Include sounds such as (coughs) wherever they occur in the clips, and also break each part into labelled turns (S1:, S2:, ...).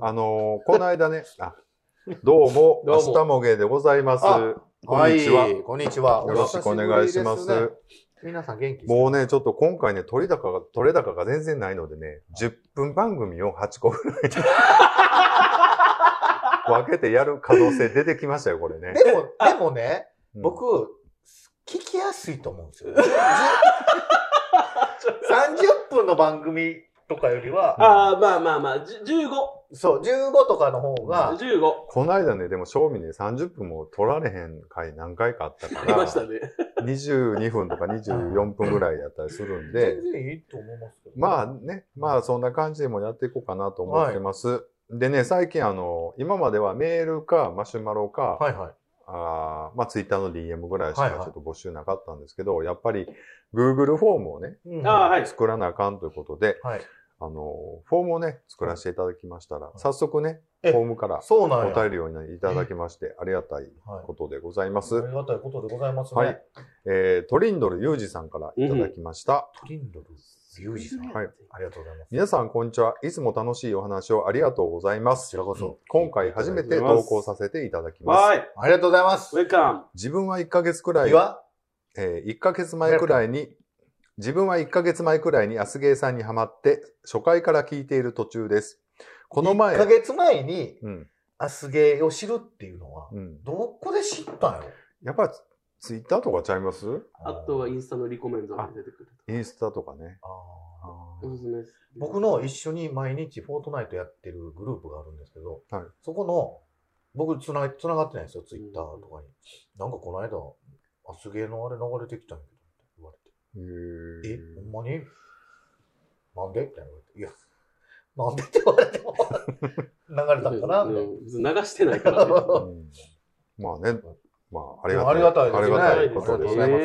S1: あのーこの間ね、あ、どうも、
S2: どうも
S1: 明日も芸でございます。
S2: あ
S1: よこんにちは
S2: い、こんにちは。
S1: ろしくお願いしま
S2: お久
S1: す。
S2: ぶりでね皆さん元気です
S1: もうね、ちょっと今回ね、取れ高が、取れ高が全然ないのでね、10分番組を8個ぐらいに分けてやる可能性出てきましたよ、これね。
S2: でも、でもね、
S1: うん、
S2: 僕、聞きやすいと思うん
S1: (laughs)
S2: ですよ。30分の番組とかよりは、
S3: ああ、まあまあまあ、じ15、
S2: そう、15とかの方が、
S3: 15、
S1: この間ね、でも、賞味ね、30分も取られへん回何回かあった
S3: あ
S1: か
S3: りま
S1: ら
S3: し、たね。
S1: 22分とか24分ぐらいやったりするんで
S2: 全、然いいと思いますけど。
S1: まあね、まあそんな感じでもやっていこうかなと思ってます。でね、最近あの、今まではメールかマシュマロか、
S2: はいはい。
S1: あーまあツイッターの DM ぐらいし
S2: は
S1: か
S2: い
S1: ち
S2: はい
S1: ょっと募集なかったんですけど、やっぱり Google フォームをね、
S2: うん
S3: ああ、はい。
S1: 作らなあかんということで、
S2: はい。
S1: あの、フォームをね、作らせていただきましたら、早速ね、フ
S2: え
S1: ォームから
S2: そうなんや。
S1: 答えるようにいただきまして、ありがたい
S2: はい
S1: ことでございます。
S2: ありがたいことでございますね。
S1: はい。えー、トリンドルユージさんからいただきました。
S2: トリンドル、ユージさん。
S1: はい
S2: ありがとうございます。
S1: 皆さん、こんにちは。いつも楽しいお話をありがとうございます。
S2: こちらこそ
S1: 今回初めて投稿させていただきます。
S3: はい。
S2: ありがとうございます
S3: ウ。ェルカム。
S1: 自分は1ヶ月くらい
S2: い、わ
S1: えー1ヶ月前くらいに、自分は1ヶ月前くらいにアスゲーさんにハマって、初回から聞いている途中です。この前、
S2: 1ヶ月前に、
S1: うん、
S2: アスゲーを知るっていうのは、
S1: うん。
S2: どこで知ったんやろ
S1: やっぱりツイッターとかちゃいます
S3: あとはインスタのリコメンドが出てくる
S1: インスタとかね。
S2: あー
S3: と。おすすめです。
S2: 僕の一緒に毎日フォートナイトやってるグループがあるんですけど、
S1: はい
S2: そこの、僕つな、つながってないんですよ、ツイッターとかに。なんかこの間、アスゲーのあれ流れてきたんやけど、って言われ
S1: へ
S2: て。え
S1: ー、
S2: ほんまになんでみたいな言われて。いや、なんでって言われて
S1: (laughs)
S2: も、流れたんかなみたいな。
S3: うん別に流してないからね。
S1: うんまあね、まあ、ありがたい。
S2: ありがたいですね
S1: ありがたいこと
S2: ありがと
S1: です
S2: うございます
S3: え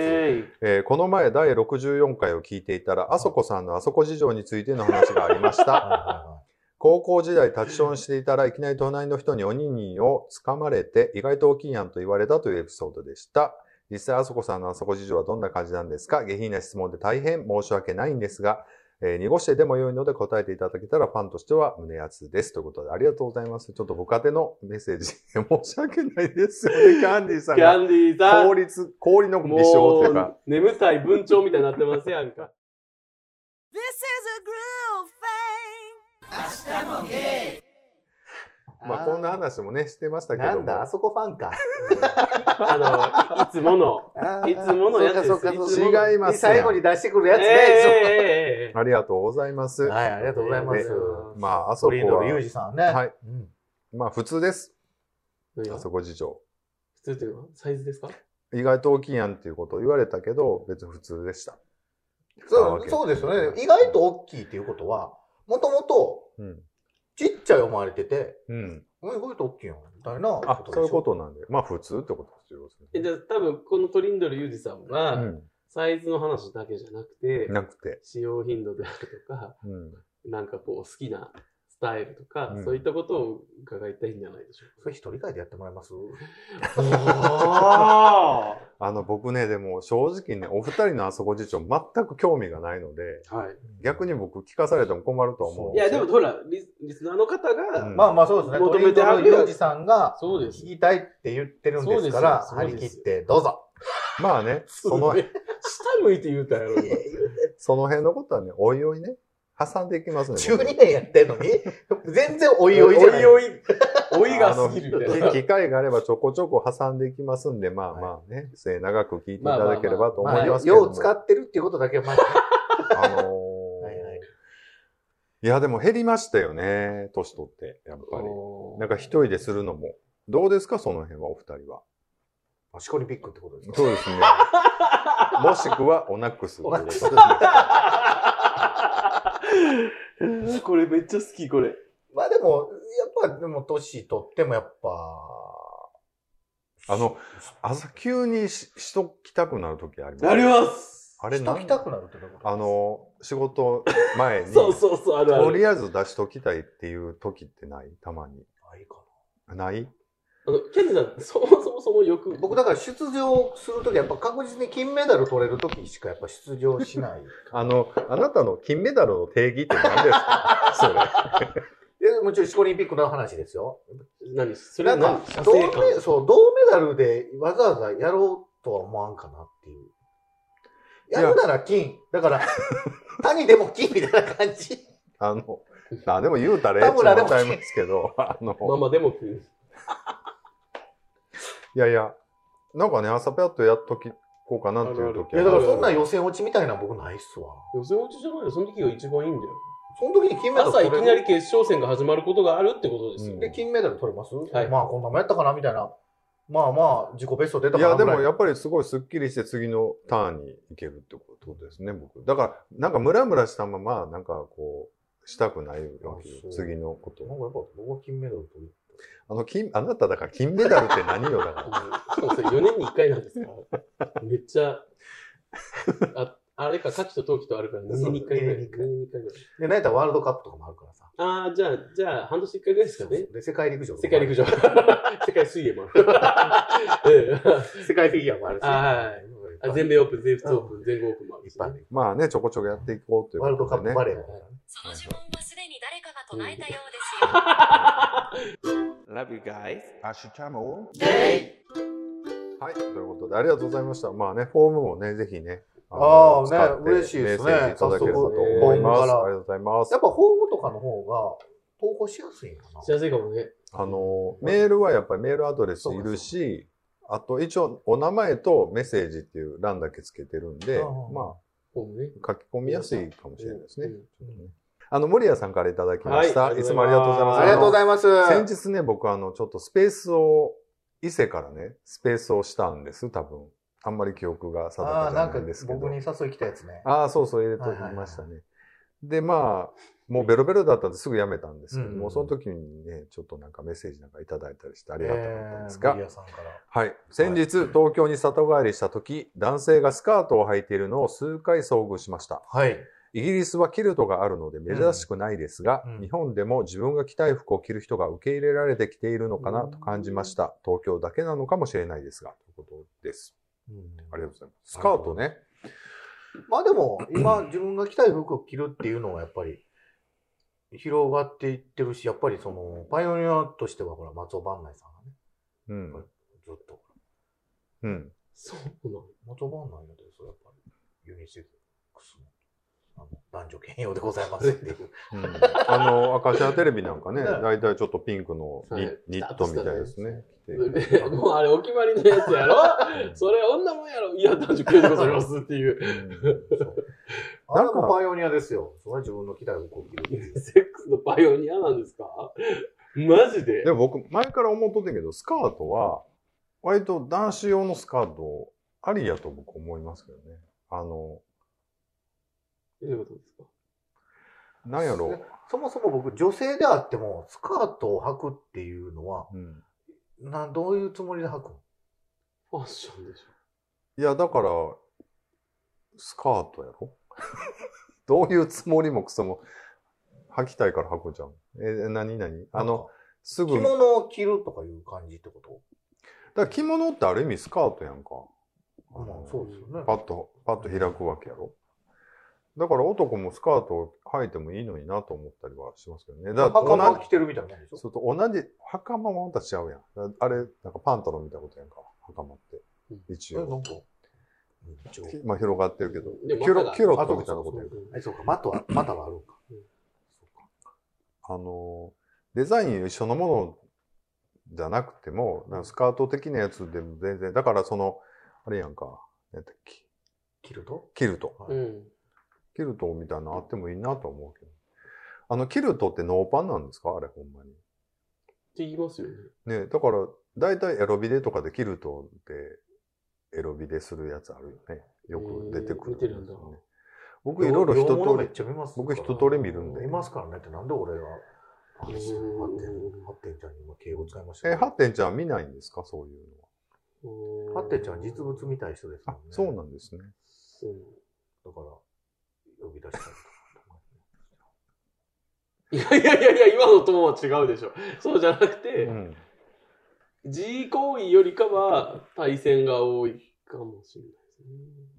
S1: えーこの前第64回を聞いていたら、あそこさんのあそこ事情についての話がありまし
S3: (laughs)
S1: た。
S2: は
S1: 高校時代立ちションしていたらいきなり隣の人におににを掴まれて意外と大きいやんと言われたというエピソードでした。実際あそこさんのあそこ事情はどんな感じなんですか下品な質問で大変申し訳ないんですが、えー濁してでも良いので答えていただけたらファンとしては胸熱です。ということでありがとうございます。ちょっと僕宛てのメッセージ申し訳ないですよね、キャンディーさ
S3: ー
S1: ん
S3: キャ
S1: が。
S3: ンディーさん。
S1: 効率、氷の微笑っていうか
S3: も。う、眠たい文鳥みたいになってますやんか。
S4: This is a groove thing.
S2: い
S1: まあ、こんな話もね、してました
S2: だ
S1: けども。
S2: なんだ、あそこファンか。
S3: あの、いつもの。いつものやつです
S2: そうかそうかそう
S1: 違いますやん
S2: 最後に出してくるやつ
S3: え
S2: ね。
S3: えええええ
S1: ありがとうございます。
S2: そうはい、ありがとうございま
S3: え
S2: す
S3: え。
S1: まあ、あそ
S2: ト
S1: こ
S2: リンドルユー
S1: は、
S2: ジさんね。
S1: はい
S2: うん
S1: まあ、普通です。
S3: 何
S1: あ
S3: が
S1: そこ事情。
S3: 普通というのはサイズですか
S1: 意外と大きいやんっていうことを言われたけど、別に普通でした。
S2: そ
S1: わけ
S2: うそうですよね。意外と大きいっていうことは、もともと
S1: うん。
S2: ちっちゃい思われてて、
S1: うん。
S2: うん意外と大きいよ、みたいなこ
S1: あ、
S2: とでし
S1: そ
S2: ょ
S1: ういうことなんで。まあ、普通ってことですよ。
S3: え、じゃあ多分このトリンドルユージさんは、
S1: う
S3: サイズの話だけじゃなくて
S1: ん。、なくて。
S3: 使用頻度であるとか、
S1: うん。
S3: なんかこう好きなスタイルとか、
S1: うん
S3: そういったことを伺いたいんじゃないでしょう
S2: それ一人会でやってもらいます
S3: か。
S1: あの、僕ね、でも正直ね、お二人のあそこ事情全く興味がないので、
S3: (laughs) はい。
S1: 逆に僕聞かされても困ると思う。
S3: いや、でもほら、リスリスナーの方が、
S1: うん
S2: まあまあそうですね。
S3: 求めてはる
S2: トリンドルユージさんが、
S3: そうです
S2: 言いたいって言ってるんですから、
S3: そうですよそう
S2: 張
S3: です
S2: り切ってどうぞ。
S1: まあね、
S3: そ
S1: その
S3: の、下向いて言うたやろ。
S1: その辺のことはね、おいおいね、挟んでいきますね。僕
S2: 12年やってんのに、全然おいおいじゃない。
S3: おいおい、おいが過ぎるみたい
S1: (laughs)
S3: な。
S1: き機会があればちょこちょこ挟んでいきますんで、まあまあね、末長く聞いていただければと思
S2: まあ、
S1: いますけど
S2: よ
S1: も。
S2: う使ってるっていうことだけはまあ、
S1: あのー
S2: はいはい
S1: いや、でも減りましたよね、年取って、やっぱり。なんか一人でするのも。どうですか、その辺は、お二人は。
S2: おしこりピックってことですか
S1: そうですね。 (laughs) もしくは、オナックス。
S2: オナックス
S3: (laughs) これめっちゃ好き、これ。
S2: まあでも、やっぱでも年取ってもやっぱ、
S1: あの、朝急にししときたくなる時あります。
S3: なります
S1: あ
S2: あ
S1: れ
S2: れ
S1: な
S2: なんきたくなるってどういうこと
S1: あの、仕事前に、
S3: (laughs) そうそうそう、あるあ
S1: と
S3: る。
S1: りあえず出しときたいっていう時ってないたまに。
S2: あいいか
S1: ない
S3: あのケンジさん、そもそもその欲
S2: な、僕だから出場するときやっぱ確実に金メダル取れるときしかやっぱ出場 (laughs) しない。 (laughs)
S1: あの、あなたの金メダルの定義って何ですかそれ。
S2: や、もちろん、シコリンピックの話ですよ。
S3: 何それ
S2: な
S3: は
S2: ん
S3: 何
S2: か、
S3: 射
S2: 銅
S3: 精
S2: メ
S3: 感
S2: そう銅メダルでわざわざやろうとは思わんかなっていう。やるなら金。だ (laughs) から、谷でも金みたいな感じ。
S1: あの、あでも言うたらえ
S2: 田
S1: えっち
S2: 村
S1: ゃ
S2: で
S1: も
S2: も
S1: ったいますけど、あの、
S3: まあまあでも、
S1: いやいや、なんかね、朝ペアッとやっときこうかなっていう時
S2: いや、だから
S3: あるあ
S2: そ
S3: る
S2: んな予選落ちみたいなの僕ないっすわ。
S3: 予選落ちじゃないよ。その時が一番いいんだよ。
S2: その時に金メダル
S3: 朝
S2: 取
S3: い
S2: れる
S3: きなり決勝戦が始まることがあるってことですよ。
S1: うん
S2: で、金メダル取れます、
S3: はい
S2: まあ、こんなもんやったかなみたいな。まあまあ、自己ベスト出た
S1: い
S2: かな
S1: や、で
S2: ぐら
S1: もやっぱりすごいスッキリして次のターンに行けるってことですね、僕。だから、なんかムラムラしたまま、なんかこう、したくないわけよ
S2: あそう
S1: 次のこと
S2: なん
S1: を。
S2: かやっぱ僕は金メダル取る。
S1: あの、金、あなただから金メダルって何よ、
S2: (laughs)
S1: だから。
S3: そうそれ4年に1回なんですから。めっちゃ、ああれか、夏季と冬季とあるから2年に1回ぐらい。
S2: そう
S3: 二
S2: 二年
S3: 年に一回ぐらい。
S2: で、なんやったらワールドカップとかもあるからさ。
S3: ああ、じゃあ、じゃあ、半年1回ぐらいですかね。
S2: で、世界陸上とか
S3: 世
S2: もあ
S3: 界
S2: る
S3: 陸上。 (laughs) 世界水泳もあ (laughs) る。ええ
S2: 世界フィギュアもあるし。
S3: はいあ
S2: 全
S3: 全米オープン、全仏オープン、全豪オープンもある
S2: いっ
S3: しね
S2: ぱいね。
S1: まあね、ちょこちょこやっていこうという
S2: ワールドカ
S1: こと
S2: ッ
S1: で
S2: プ
S1: ね。
S2: バレーもあるからね。
S5: その呪文はすでに誰かが唱えたようですよ。
S6: Love you guys.
S1: アッシュチャモはい、ということで、ありがとうございました。まあね、フォームもね、ぜひね。
S2: あーね
S1: 使って
S2: 嬉しいですね
S1: メッセージいただければと思いま
S2: 早速ねフォーム
S1: す。
S2: から
S1: ありがとうございます
S2: やっ。ぱホームとかの方が投稿しやすいのかな。
S3: しやすいかもね。
S1: あの、メールはやっぱりメールアドレスいるし、あと一応お名前とメッセージっていう欄だけつけてるんで、
S2: ああ
S1: ま
S3: こうね。
S1: あ書き込みやすいかもしれないですね
S3: うん。
S1: あの、森谷さんからいただきました。
S3: はい
S1: い、つもありがとうございます。
S2: ありがとうございます。
S1: 先日ね、僕あの、ちょっとスペースを、伊勢からね、スペースをしたんです、多分。あんまり記憶が定
S2: あ
S1: か
S2: あ、
S1: じゃ
S2: なん
S1: な
S2: か
S1: いんですけど。
S2: 僕に誘い来たやつね。
S1: ああ、そうそう、入れときましたね。で、まあ、もうベロベロだったんですぐやめたんですけど
S2: うんうん
S1: も、
S2: うん
S1: その時にね、ちょっとなんかメッセージなんかいただいたりしてあ
S2: あ
S1: りがたかったんですが、
S2: さんか
S1: はい。先日、東京に里帰りした時、男性がスカートを履いているのを数回遭遇しました。
S2: ら。はい。
S1: イギリスはキルトがあるので珍しくないですが、
S2: うんうん
S1: 日本でも自分が着たい服を着る人が受け入れられてきているのかなと感じました。東京だけなのかもしれないですが、ということです。ありがとうございます。スカートね。
S2: まあでも、今自分が着たい服を着るっていうのはやっぱり広がっていってるし、やっぱりその、パイオニアとしてはほら、松尾万内さんがね、
S1: うん。
S2: ずっと。
S1: うん。
S3: そうなの。
S2: 松尾万内だとですよ、やっぱり。ユニセックスのあの男女兼用でございますっていう。
S1: うん、あの、アカシアテレビなんかね、
S2: ね
S1: だいたいちょっとピンクのニ,、
S3: はい
S1: ニットみたいですね。着て
S3: で (laughs) もうあれお決まりのやつやろそれ女もんやろいや、男女継続されますっていう。
S1: (laughs)
S2: あれ
S1: なんか
S2: もパイオニアですよ。それは自分の着たい服を着るって
S3: ユ
S2: い
S3: ニ
S2: う。
S3: セックスのパイオニアなんですかマジで
S1: でも僕、前から思っとってんけど、スカートは、割と男子用のスカート、ありやと僕思いますけどね。あの、
S3: どういうことですか
S1: なんやろ
S2: そもそも僕、女性であっても、スカートを履くっていうのは、
S1: う。うん、
S2: な、どういうつもりで履くの
S3: ファッションでし
S1: いや、だから、スカートやろ (laughs) どういうつもりもクソも、履きたいから履くじゃん。え、なになにあの、、すぐ、
S2: 着
S1: だか
S2: 物を着るとかいう感じってこと
S1: ら着物ってある意味スカートやんか。あ
S2: まあ
S1: の、
S2: そうですよね。
S1: パッと、パッと開くわけやろ。だから男もスカートを履いてもいいのになと思ったりはしますけどね。だから同
S2: 袴を
S1: じ
S2: 着てるみたいなもんでしょ
S1: そうと同じ、袴もまた違うやん。あれ、なんかパントロンみたいなことやんか、袴って。
S2: え、
S1: 一
S2: なん
S1: 応。
S2: か、一応。
S1: まあ広がってるけど。
S3: でも
S1: キュロ
S3: またが
S1: キュロ
S2: あ
S1: ット
S2: と
S1: みたいなことやんか。
S2: え、そうか、または、またはあるんか。
S1: あの、デザイン一緒のものじゃなくても、なんかスカート的なやつでも全然、だからその、あれやんか、なんだっけ、
S2: 着ると
S1: キルト。
S3: ょ。うん。
S1: キルトみたいなのあってもいいなとは思うけど。あの、キルトってノーパンなんですかあれ、ほんまに。
S3: って言いますよね。
S1: ねだから、だいたいエロビデとかでキルトでエロビでするやつあるよね。よく出てくるんですよ
S3: えー見てるんだ
S1: 僕いろいろ一
S2: 洋物
S1: 通
S2: め
S1: り
S2: っ、ちゃ見ます
S1: 僕一通り見るんで
S2: いますからねって、なんで俺が、あれしてる
S3: うん
S2: の発展、発展ちゃんに今敬語使いました
S1: え、
S2: けど
S1: ハッテンちゃん見ないんですかそういうのは。
S2: ハッテンちゃんは実物みたい人ですも
S1: あ
S2: んね、。
S1: そうなんですね。
S3: う
S2: だから、呼び出したりとか。
S3: んいやいやいやいや、今の友は違うでしょ。そうじゃなくて、
S1: うん。
S3: G 行為よりかは対戦が多いかもしれない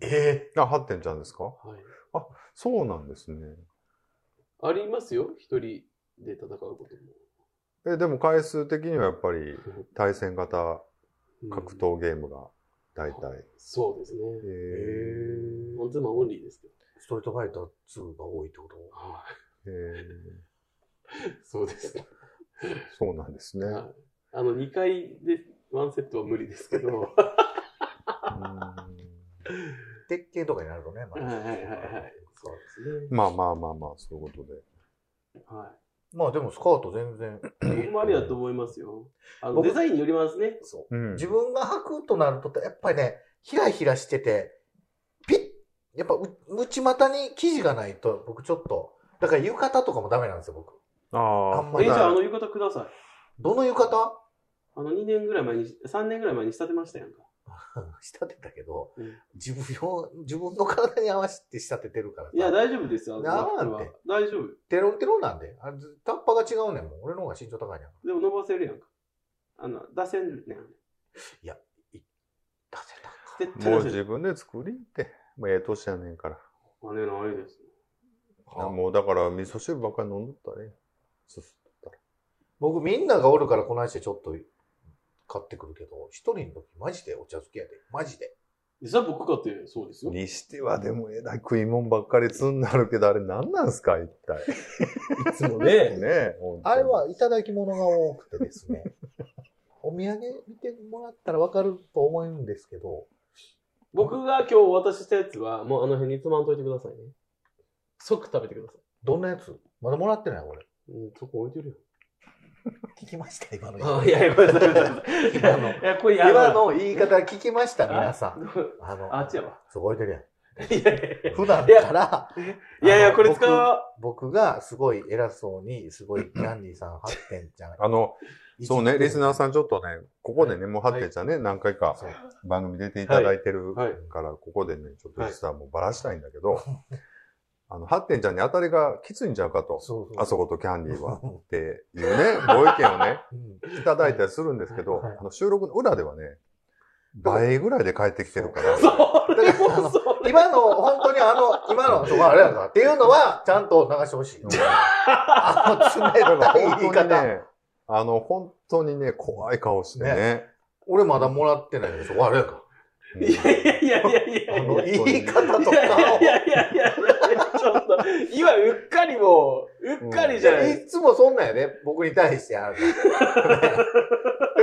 S3: ですね。
S2: え
S1: あ、ハッテンちゃんですか
S3: はい。
S1: そうなんですね。
S3: ありますよ。一人、で戦うことも
S1: え、でも回数的にはやっぱり対戦型
S3: うん。
S1: 格闘ゲームが大体。
S3: そうですね。
S1: え
S2: へ
S1: ー
S2: ー
S3: オンズマンオンリーですけど。
S2: ストリートファイター2が多いってこと
S1: え
S3: はいそうですね。
S1: ーそうなんですね。
S3: はいあの、2回で1セットは無理ですけど。は
S2: 鉄拳とかになるとね、ま
S3: い
S2: だ
S3: はいはいはい。そうですね。
S1: まあまあまあまあ、そういうことで。
S3: はい。
S2: まあでもスカート全然。
S3: ここまでだと思いますよ。あの
S2: 僕
S3: デザインによりますね。
S2: そう
S1: うん、
S2: 自分が履くとなると、やっぱりね、ひらひらしてて、ピッやっぱう内股に生地がないと、僕ちょっと、だから浴衣とかもダメなんですよ、僕。
S1: ああ、
S2: あんま
S3: え、
S2: り
S3: じ
S1: ま
S3: ゃ
S1: だ
S3: ああの浴衣ください。
S2: どの浴衣
S3: あの2年ぐらい前に、3年ぐらい前に仕立てましたやんか。
S2: 仕立てたけど
S3: うん、
S2: 自分用、自分の体に合わせて仕立ててるからさ。
S3: いや、大丈夫ですよ。あの
S2: なん
S3: バッ
S2: で
S3: グは大丈夫。
S2: テロンテロンなんで。あれずタッパが違うねんもん。俺の方が身長高いねん。
S3: でも伸ばせるやんか。あの、出せるねん。
S2: 出せた。
S3: 絶対
S1: もう
S3: 出せ
S1: 自
S3: る。
S1: 分で作りんって。もうええ年やねんから。
S3: あれないです。
S1: あもうだから、味噌汁ばっかり飲んどったらええ。すすっとっ
S2: 僕みんながおるからこの話でちょっと買ってくるけど、一人の時マジでお茶漬けやで。マジで。
S3: 実は僕かってそうです
S1: たら
S3: よ。
S1: にしてはでもえらい食い物ばっかり積んであるけど、あれ何なんすか、一体。
S3: いつも
S1: ね
S3: ね。
S1: え本当に
S2: あれはいただき物が多くてです (laughs) ね。お土産見てもらったらわかると思うんですけど、
S3: 僕が今日お渡ししたやつは、もうあの辺につまんといてくださいね。即食べてくださ
S2: どんなやつまだもらってない俺。
S3: い。うん、そこ置いてるよ。
S2: 聞きました今の
S3: あいや、やばいやばいやばい。
S2: 今の
S3: (laughs) いや、これや
S2: 今
S3: ばい。
S2: の言い方聞きました皆さん。あの、
S3: あっちやわ。
S2: すごいてるやん。
S3: いやいやいや
S2: 普段から、
S3: いやい
S2: あ
S3: や、
S2: の
S3: これ使うわ。
S2: 僕がすごい偉そうに、すごいキャンディーさん8点じゃん。
S1: あの、そうね、リスナー
S2: ん。
S1: さんちょっとね、ここでね、もうハッテンちゃんね、何回か
S2: そう
S1: 番組出ていただいてる
S3: はいはい
S1: から、ここでね、ちょっと実はもうバラしたいんだけど、あの、ハッテンちゃんに当たりがきついんちゃうかと、
S2: そうそう
S1: あそことキャンディーは、っ
S2: うん
S1: ていうね、ご意見をね、
S3: (laughs)
S2: うん
S1: いただいたりするんですけど、
S2: はい
S1: あの収録の裏ではね、倍ぐらいで帰ってきてるから、
S3: (laughs) それもそれ。
S2: 今の、本当にあの、今の、そうあれやな。っていうのは、ちゃんと流してほしい。
S1: うん
S2: あの、冷
S1: だ
S2: た
S1: から
S2: い言い
S1: 本当に
S2: 方。
S1: ね、あの、本当にね、怖い顔してね、
S2: 俺まだもらってないです。あれやか。
S1: うん
S3: いやいやいやいやいや
S2: あ
S3: いや。
S2: の、言い方と
S3: いやい
S2: か
S3: やいやいやいやちょっと、今、うっかりもう、うっかりじゃな
S2: を。
S3: い。
S2: いつもそんなんやね。僕に対してある。 (laughs) だか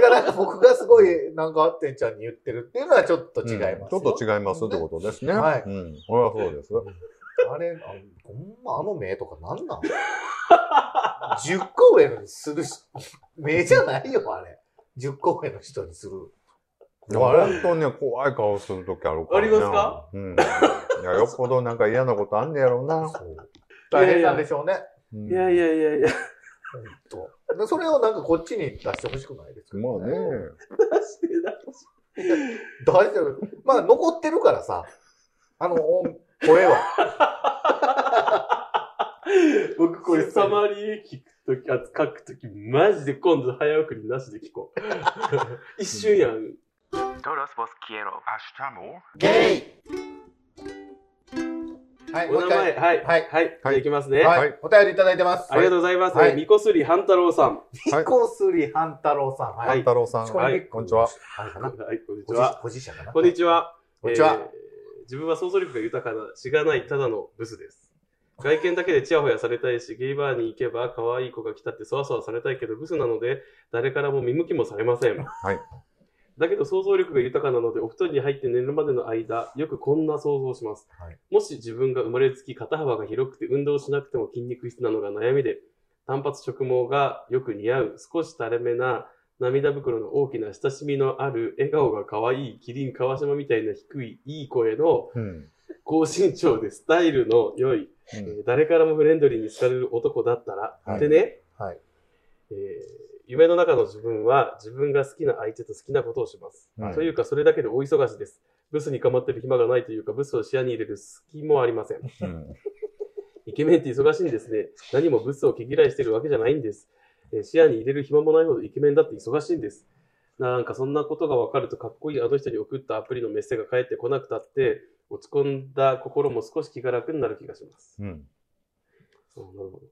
S2: らなんか僕がすごい、なんかあってんちゃんに言ってるっていうのはちょっと違いますよ。
S1: うんちょっと違いますってことですね。
S2: はい
S1: うん。それはそうです。
S2: あれ、あほんまあの目とかなんなん ?10 個上にするし、目じゃないよ、あれ。10個上の人にする。
S1: いや本当にね、怖い顔するときあるから、ね。
S3: ありますか
S1: うん。いや、よっぽどなんか嫌なことあんねやろうな。
S2: そう大変なんでしょうね。
S1: うん
S3: いやいやいやいや。
S2: ほんとでそれをなんかこっちに出してほしくないですか、
S1: まあね。
S2: 大丈夫。まあ残ってるからさ。あの、お声は。
S3: 僕これサマリー聞くとき、あ書くとき、マジで今度早送りなしで聞こう。一瞬やん。
S6: Todos vos quiero.
S2: ゲイはい、も
S3: お
S2: う
S3: 名
S2: 一
S3: 前、
S2: 回。
S3: はい。
S2: はい
S3: はい。じゃあいきますね。
S2: はいい、お便りいただいてます。
S3: ありがとうございます
S2: は。い
S3: みこすり半太郎さん。
S1: は
S2: ピ
S1: い
S2: コスリハンタロウさん。
S1: 勘太郎さん、
S3: はい
S1: こんにちは。
S2: あれかな
S3: はい、こんにち
S2: ポジ
S3: は。
S2: ポジションかな
S3: こんにちは。
S2: こんにちは。
S3: えー自分は想像力が豊かな、しがないただのブスです。外見だけでチヤホヤされたいし、ゲイバーに行けば可愛い子が来たってそわそわされたいけど、ブスなので、誰からも見向きもされません。
S1: はい。
S3: だけど想像力が豊かなので、お布団に入って寝るまでの間、よくこんな想像をします。
S2: はい
S3: もし自分が生まれつき肩幅が広くて運動しなくても筋肉質なのが悩みで、単発直毛がよく似合う、少し垂れ目な涙袋の大きな親しみのある、笑顔が可愛い、キリン川島みたいな低い、いい声の
S1: うん。うん
S3: 高身長でスタイルの良い、えー誰からもフレンドリーに好かれる男だったら、
S1: はい
S3: でね、
S2: はい
S3: えー夢の中の自分は自分が好きな相手と好きなことをします。
S1: はい
S3: というか、それだけで大忙しです。ブスに構ってる暇がないというか、ブスを視野に入れる隙もありません。
S1: うん
S3: イケメンって忙しいんですね。何もブスを毛嫌いしてるわけじゃないんです。えー視野に入れる暇もないほどイケメンだって忙しいんです。なんかそんなことがわかるとかっこいいあの人に送ったアプリのメッセが返ってこなくたって、落ち込んだ心も少し気が楽になる気がします。
S1: うん。
S3: そうなるほど。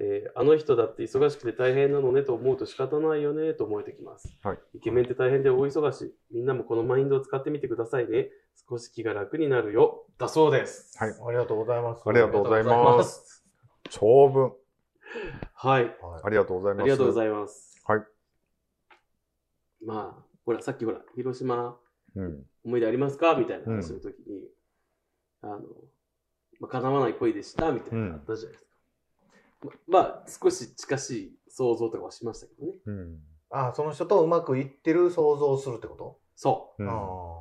S3: えーあの人だって忙しくて大変なのねと思うと仕方ないよねと思えてきます、
S1: はい
S3: イケメンって大変で大忙しい。みんなもこのマインドを使ってみてくださいね。少し気が楽になるよ。だそうです。
S1: はい
S2: ありがとうございます。
S1: ありがとうござい
S3: ありがとうござい
S1: ま。
S3: ますす。
S1: 長文。
S3: はい。
S2: はい
S1: ありがとうございます。
S3: ありがとうございます。
S1: はい。
S3: まあ、ほら、さっきほら、広島
S1: うん。
S3: 思い出ありますかみたいな話の時に、あの、まあ、叶わない恋でした、みたいなのあったじゃないですか。ままあ、少し近しい想像とかはしましたけどね。
S1: うん。
S2: あ、その人とうまくいってる想像をするってこと、
S3: そ
S1: うん
S2: あ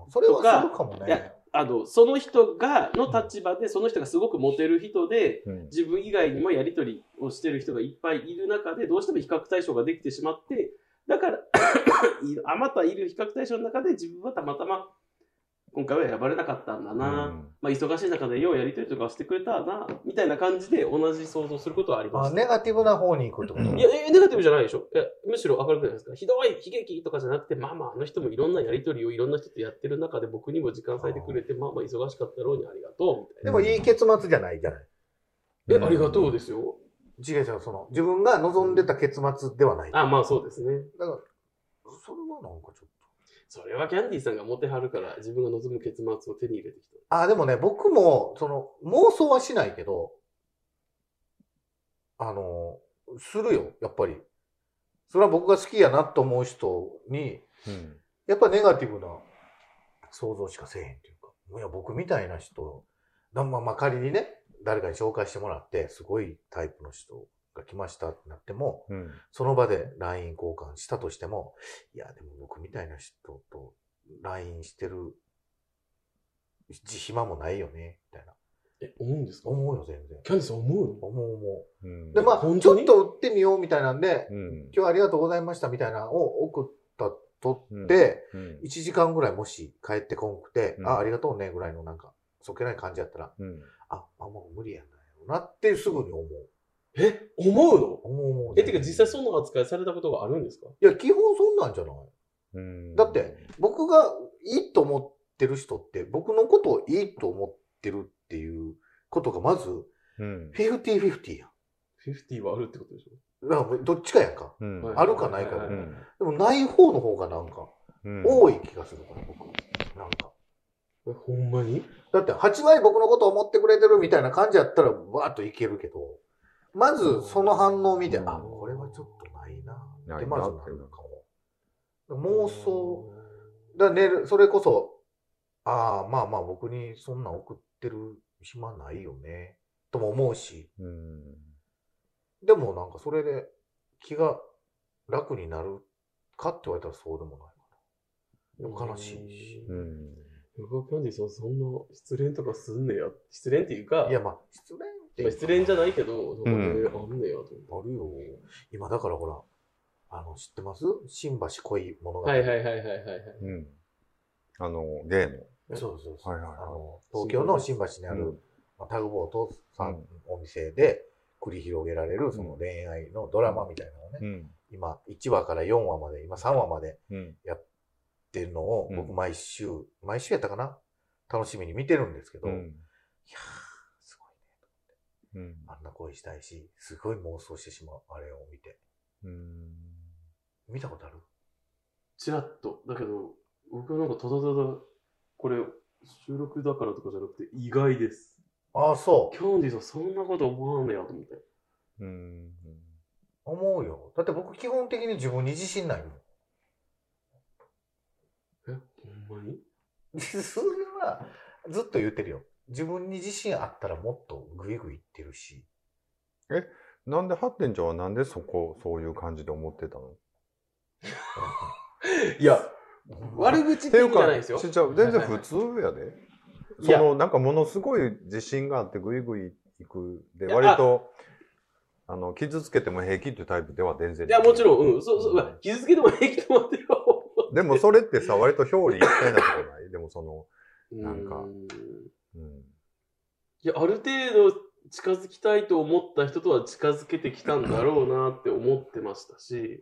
S2: あ、それはするかも
S3: いや
S2: ね。
S3: う。あの、その人が、の立場で、その人がすごくモテる人で、
S1: うん。
S3: 自分以外にもやりとりをしてる人がいっぱいいる中で、どうしても比較対象ができてしまって、だから、 (coughs) いるあまたいる比較対象の中で自分はたまたま、今回は選ばれなかったんだな、まあ、忙しい中でようやりとりとかをしてくれたな、みたいな感じで同じ想像することはありま
S2: あ、
S3: す。
S2: ネガティブな方に行くってこと、
S1: うん。
S3: いや、えネガティブじゃないでしょ。いやむしろ明るくないですか。ひどい悲劇とかじゃなくて、まあまあ、あの人もいろんなやりとりをいろんな人とやってる中で僕にも時間割いてくれて、まあまあ忙しかったろうにありがとう、みたい
S2: でもいい結末じゃないじゃない。
S3: な。え、ありがとうですすよ。
S2: 違う違う、その、自分が望んでた結末ではない。
S3: あ、まあそうですね。
S2: だから、それはなんかちょっと。
S3: それはキャンディーさんがモテはるから、自分が望む結末を手に入れてきた。
S2: あ、でもね、僕も、その、妄想はしないけど、あの、するよ、やっぱり。それは僕が好きやなと思う人に、
S1: うん。
S2: やっぱネガティブな想像しかせえへんっていうか、いや、僕みたいな人、だまあ、まあ仮にね、誰かに紹介してもらって、すごいタイプの人が来ましたってなっても、
S1: うん。
S2: その場で LINE 交換したとしても、いや、でも僕みたいな人と LINE してる暇もないよね、みたいな。
S3: え、思うんです
S2: 思うよ、全然。
S3: キャンディーさん思うの
S2: 思う思
S1: うん
S2: う。で、まあ、
S3: 本
S2: ち
S3: 当
S2: ょっ
S3: に
S2: と売ってみようみたいなんで
S1: う、ん。
S2: 今日はありがとうございましたみたいなのを送ったとって、
S1: うん
S2: 1時間ぐらいもし帰ってこんくて、
S1: うん
S2: あ、ありがとうねぐらいのなんか、そっけない感じやったら、
S1: うん。
S2: あ、あもう無理やなよなってすぐに思う。
S3: え、思うの
S2: 思う思う、
S3: え、てか実際
S2: う。
S3: その扱いされたことがあるんですか
S2: いや、基本そんなんじゃない
S1: うん
S2: だって、僕がいいと思ってる人って、僕のことをいいと思ってるっていうことがまず、
S1: うん。
S2: 50-50やん。
S3: 50はあるってことでしょ
S2: だからどっちかやんか。
S1: うん。
S3: はい
S2: あるかないか
S3: はいはいはい
S2: でもない方の方がなんか、
S1: うん
S2: 多い気がするから、僕。なんか。
S3: えほんまに
S2: だって、8割僕のことを思ってくれてるみたいな感じやったら、わーっといけるけど、まずその反応を見て、
S1: うん
S2: あ、これはちょっとないなっ
S1: な
S2: て、
S1: い
S2: ま
S1: な
S2: ず
S1: って
S2: なるかも。妄想。
S3: うん
S2: だから寝る、それこそ、ああ、まあまあ僕にそんな送ってる暇ないよね、とも思うし、
S1: うん。
S2: でもなんかそれで気が楽になるかって言われたらそうでもないでも悲しいし
S1: うん。
S3: ヨガキャンディさん、そんな失恋とかすんねや。失恋っていうか、
S2: いやまあ、失恋って
S3: まあ失恋じゃ
S2: い
S3: ないけど、なんかね
S1: う
S3: あんねやと思
S2: あるよ。今だからほら、あの、知ってます新橋恋物語。
S3: って。はいはいはいはいはいはい。
S1: うん。あの、ゲーム。
S2: そうそうそう。
S1: はいはいはい
S2: あの東京の新橋にある、まあ、タグボートさん、
S1: うん
S2: お店で繰り広げられるその恋愛のドラマみたいなのをね、
S1: うん。
S2: 今、1話から4話まで、今3話までっ
S1: うん。
S2: ていうのを、
S1: う
S2: 僕
S1: ん
S2: 毎週、毎週やったかな楽しみに見てるんですけど、
S1: う
S2: いやー
S1: ん。
S2: すごいね。
S1: うん。
S2: あんな恋したいし、すごい妄想してしまう、あれを見て。
S1: うん。
S2: 見たことある
S3: ちらっと。だけど、僕はなんかただただ、これ、収録だからとかじゃなくて、意外です。
S2: ああ、そう
S3: キ。ャンディさん、そんなこと思わんねやと思って。
S1: うん。
S2: 思うよ。だって僕基本的に自分に自信ないもん。
S3: え、ほんまに
S2: それは、ずっと言ってるよ。自分に自信あったらもっとグイグイいってるし。
S1: なんで、発展長はなんでそこ、そういう感じで思 (laughs) ってたの
S3: いや、悪口
S1: っ
S3: ってて
S1: い
S3: いううんじ
S1: か
S3: ゃないですよ。
S1: しちゃう全然普通やで。
S3: い
S1: そ
S3: や
S1: のなんかものすごい自信があってグイグイ行くで
S3: いや
S1: 割とあの傷つけても平気っていうタイプでは全然
S3: いや、もちろ
S1: ん
S3: ん、うん、そうそううわ、傷つけても平気と思ってよ。
S1: でもそれってさ割と表裏一体なとこない (laughs) でもその、なんか
S3: う
S1: うん、
S3: いや、ある程度近づきたいと思った人とは近づけてきたんだろうなって思ってましたし、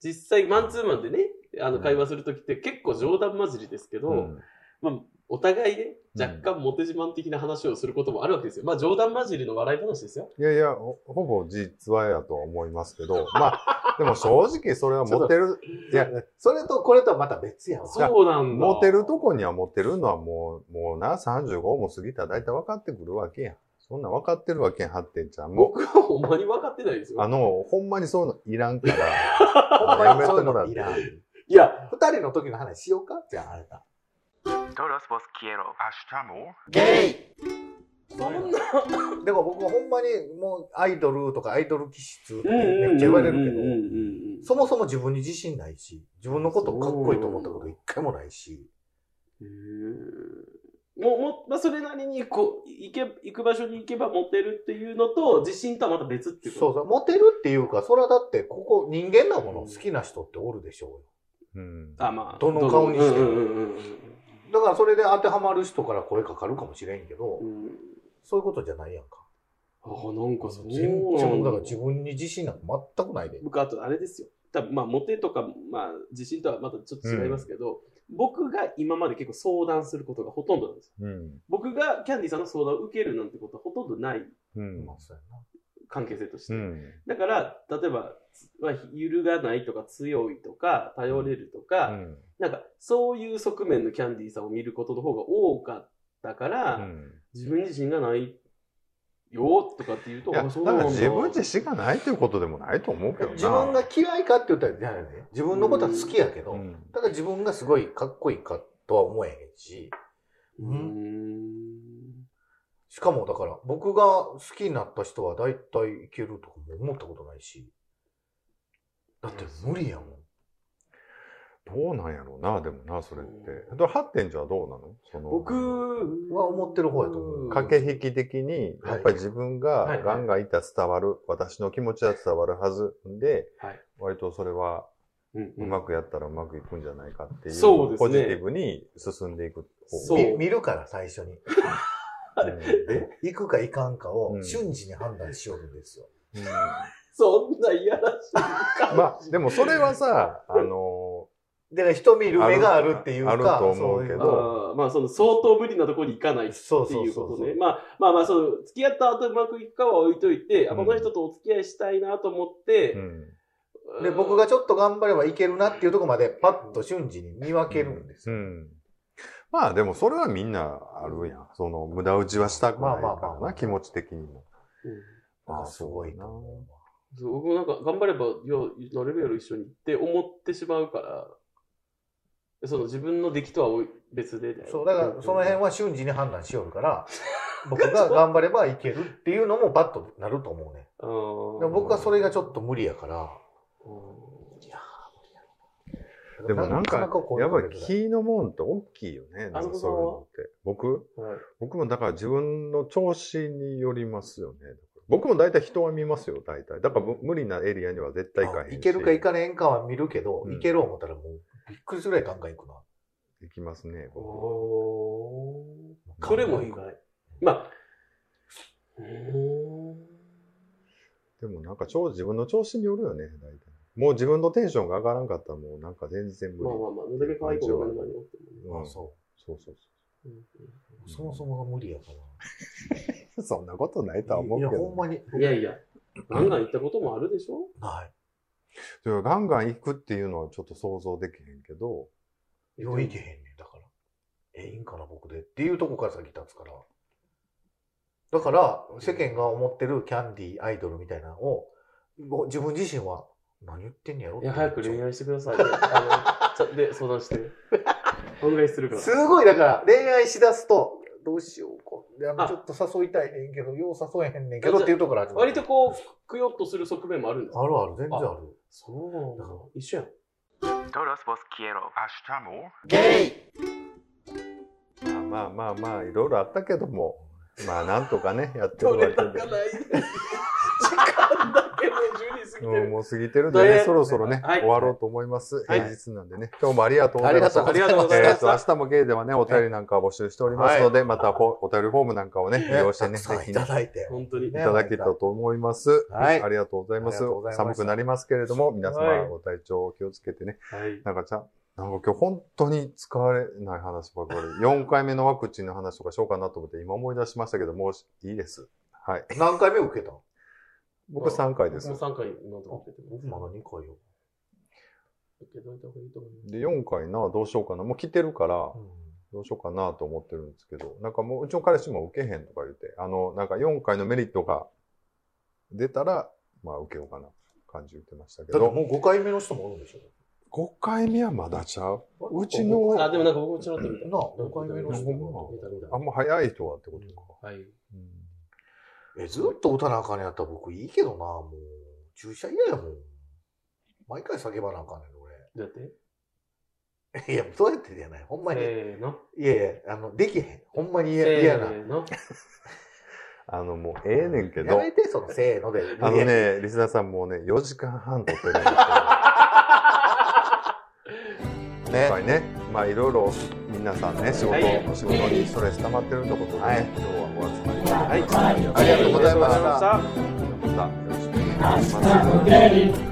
S3: 実際マンツーマンでね、あの
S1: うん
S3: 会話するときって結構冗談交じりですけど、
S1: うん
S3: まあ、お互いね、
S1: うん
S3: 若干モテ自慢的な話をすることもあるわけですよ。まあ、冗談交じりの笑い話ですよ。
S1: いやいや、ほほぼ実話やとは思います
S2: (laughs)
S1: けど、まあ、でも正直それはモテる、いや、
S2: それとこれとはまた別やわ。
S3: そうなんだ。
S1: モテるとこにはモテるのはもう、もうな、35も過ぎたら大体分かってくるわけやん。そんなん分かってるわけやん、ハッテンちゃんも。
S3: 僕はほんまに分かってないですよ
S1: あ。の、ほんまにそういうのいらんから、
S2: (laughs) ほんま
S1: や
S2: に
S1: めて
S2: そういう
S1: もらっ
S2: の
S1: て
S2: いらん。
S3: いや、
S2: 二人の時の話しようかじゃあ、あれだ。
S6: Todos vos quiero.
S2: ゲイ
S3: そんな。
S2: (laughs) でも僕はほんまにもうアイドルとかアイドル気質ってめっちゃ言われるけど、そもそも自分に自信ないし、自分のことをかっこいいと思ったこと一回もないし、
S3: へえもう、もう、まあ、それなりに、こう、行け、行く場所に行けばモテるっていうのと、自信とはまた別っていう
S2: そう
S3: こ
S2: そう、モテるっていうか、それはだって、ここ人間なもの好きな人っておるでしょ
S1: うん。
S3: と。あ、まあ。
S2: どの顔にしても
S3: うんうんうん
S2: うよ。だからそれで当てはまる人から声かかるかもしれんけど、
S3: うんうん。
S2: そういうことじゃないやんか。
S3: あ、なんかそうなんだ。
S2: 全然、だから自分に自信なんか全くないで。
S3: 僕、あとあれですよ。多分まあ、モテとか、まあ、自信とはまたちょっと違いますけど、僕が今まで結構相談することがほとんどなんですよ。
S1: うん。
S3: 僕がキャンディーさんの相談を受けるなんてことはほとんどない
S1: うん。
S2: まあそうやな
S3: 関係性として。
S1: うん。
S3: だから、例えば、つまあ、揺るがないとか強いとか、頼れるとか、
S1: うん。
S3: なんか、そういう側面のキャンディーさんを見ることの方が多かったから、
S1: うん
S3: 自分自身がないよとかっていうと、
S1: いや、
S3: あ
S1: だ
S3: そ
S1: か
S3: うなんだ
S1: ら自分自身がないということでもないと思うけどな。
S2: 自分が嫌いかって言ったら嫌やね。自分のことは好きやけど、
S1: うん、
S2: ただ自分がすごいかっこいいかとは思えへんし、
S3: うーん。
S2: しかもだから僕が好きになった人は大体いけるとかも思ったことないし、だって無理やもん。
S1: どうなんやろうな、でもな、それって。で、ハッテンじゃどうなのその
S3: 僕
S2: は思ってる方やと思う
S1: 駆け引き的に、
S2: はい
S1: やっぱり自分
S2: は
S1: が
S2: い
S1: ガンガンいたら伝わる、私の気持ちは伝わるはずで、
S3: はい
S1: 割とそれは
S3: うん
S1: うまくやったらうまくいくんじゃないかっていう、
S3: そうです
S1: ポ
S3: ね
S1: ジティブに進んでいく
S3: そ
S1: 方
S3: う
S2: み見るから最初に。
S1: うん
S2: え行くか行かんかを
S1: うん
S2: 瞬時に判断しよるんですよ。
S1: うん
S3: そんな嫌らしい感じ。
S1: まあ、でもそれは
S2: (laughs)
S1: さ、あの、
S2: だから人見る目があるっていうか、
S1: あるあると思うけど
S2: (laughs) そい
S3: あーまあ、その相当無理なところに行かないっていう
S2: そう
S3: ことね。
S2: そうそうそう。
S3: まあまあまあ、その、付き合った後うまくいくかは置いといて、あ、この人とお付き合いしたいなと思って、
S1: うん
S2: で、僕がちょっと頑張ればいけるなっていうところまでパッと瞬時に見分けるんです
S1: う
S2: よ。
S1: ん。まあでもそれはみんなあるやん。その無駄打ちはしたくないからな、
S2: まあまあまあまあ
S1: 気持ち的にも。
S3: うん
S2: なんかすごいな。
S3: そう僕もなんか頑張れば、いや、なれるやろ一緒にって思ってしまうから、その自分の出来とはおい別で、ね。
S2: そう、だからその辺は瞬時に判断しよる (laughs) から、僕が頑張ればいけるっていうのもパッとなると思うね。
S3: あー
S2: でも僕はそれがちょっと無理やから。
S3: うんいや
S1: でもなんか、
S2: なこうい
S1: や
S2: う
S1: っ
S2: こ
S1: ぱ
S2: と
S1: り
S2: で
S1: 気のもんって大きいよね。なんかそういうのって。僕
S3: はい
S1: 僕もだから自分の調子によりますよね。僕も大体人は見ますよ、大体。だから無無理なエリアには絶対行かへんし。
S2: いけるかいかねえんかは見るけど、
S1: うん
S2: いける思ったらもうびっくりするやんガンガン行くな。
S1: 行きますね。僕
S3: おーそれも意外。まあ、うーん
S1: でもなんか超自分の調子によるよね、大体。もう自分のテンションが上がらんかったらもうなんか全然無
S3: まあ
S1: 理。
S3: まあまあ、どれだけ可愛い子が目の前におって
S1: うん
S2: あそ
S1: そうそう
S3: もね。
S2: う。そもそもが無理やから。
S1: そう。そんなことないとは思う
S2: い
S1: け
S2: や、
S1: どね。
S2: ほんまに
S3: うんいやいや、ガンガン行ったこともあるでしょ
S2: ない。
S1: それガンガン行くっていうのはちょっと想像できへんけど、
S2: よういけへんねん、だから。え、いいんかな、僕で。っていうとこから先立つから。だから、世間が思ってるキャンディーアイドルみたいなのを、もう自分自身は、何言ってんねやろっ
S3: い
S2: て
S3: や、早く恋
S2: 愛。
S3: 愛してください。あのちゃで、相 (laughs) 談して。お願いするから。
S2: すごい、だから、恋愛しだすと、どうしようか。いや
S3: あ
S2: ちょっと誘いたいねんけど、よう誘えへんねんけどっていうところから始まる
S3: 割とこう、くよっとする側面もあるんですか
S2: あるある、全然ある。
S3: そうなんだ。一緒やん。
S6: Todos vos quiero.
S1: まあまあまあまあ、いろいろあったけども、まあなんとかね、やってる
S3: ど
S1: わ
S3: れだ
S1: け
S3: かない
S1: で。
S3: です。時間だけもう12時過ぎて
S1: うん、
S3: る。
S1: もう過ぎてるんでね、
S3: ね
S1: そろそろね、
S3: はい
S1: 終わろうと思います。
S3: はい
S1: 平日なんでね、今日もありがとうございました。
S3: ありがとうございま
S1: えっ
S3: した
S1: と、明日もゲイではね、お便りなんかを募集しておりますので、またフォお便りフォームなんかをね、利用してね、
S2: たくさ
S1: ぜ
S2: ん
S1: ひ
S2: い
S1: ね
S2: た、だいて。
S3: 本当に
S1: い。ただけたと思います。
S2: はい
S1: ありがとうございます
S2: ありがとうございました
S1: 寒くなりますけれども、皆様
S3: はい
S1: ご体調を気をつけてね、
S3: はい。
S1: なんかちゃん、なんか今日本当に使われない話ばっかり。4回目のワクチンの話とかしようかなと思って今思い出しましたけど、もういいです。はい。
S2: 何回目受けたの
S1: 僕3回です
S3: も。3回今のところ受けてます。
S2: まだ2回よ。
S3: 受けといた方がいいと思います。
S1: で、4回な、どうしようかな。もう来てるから、どうしようかなと思ってるんですけど、なんかもう、うちの彼氏も受けへんとか言って、あの、なんか4回のメリットが出たら、まあ受けようかな、感じ言ってましたけ
S2: だって
S1: ど、
S2: もう5回目の人もおるんでし
S1: 5回目はまだちゃう。
S2: ょ
S1: うちの
S3: あ、でもなんか僕もちょろっと見た。
S2: なあ5回目の人
S1: ほ
S2: も
S3: 見た見た
S1: あんま早い人はってことか。
S3: はい。
S1: うん
S2: え、ずっと打たなあかんのやったら僕いいけどな、もう。注射嫌やもん。毎回叫ばなあかんねん、俺。
S3: どうやって
S2: (laughs) いや、どうやってじゃない。ほんまに。
S3: せーの。
S2: いやいや、あの、できへん。ほんまに嫌
S3: せ
S2: 嫌な。
S3: ーの。
S1: あの、もうええねんけ
S2: や
S1: ど、
S2: めて、そのせーので。
S1: あの
S2: いや。
S1: ね、リスナーさんもうね、4時間半撮ってるんですよ。
S3: (laughs)
S1: 今回ね、まあいろいろ皆さんね、仕事、
S3: はい
S1: 仕事にストレス溜まってるってことでね、
S2: はい
S1: 今日はお集まりいただき
S3: は
S1: ま
S3: い
S1: してありがとうございました。またよろしくお願いします。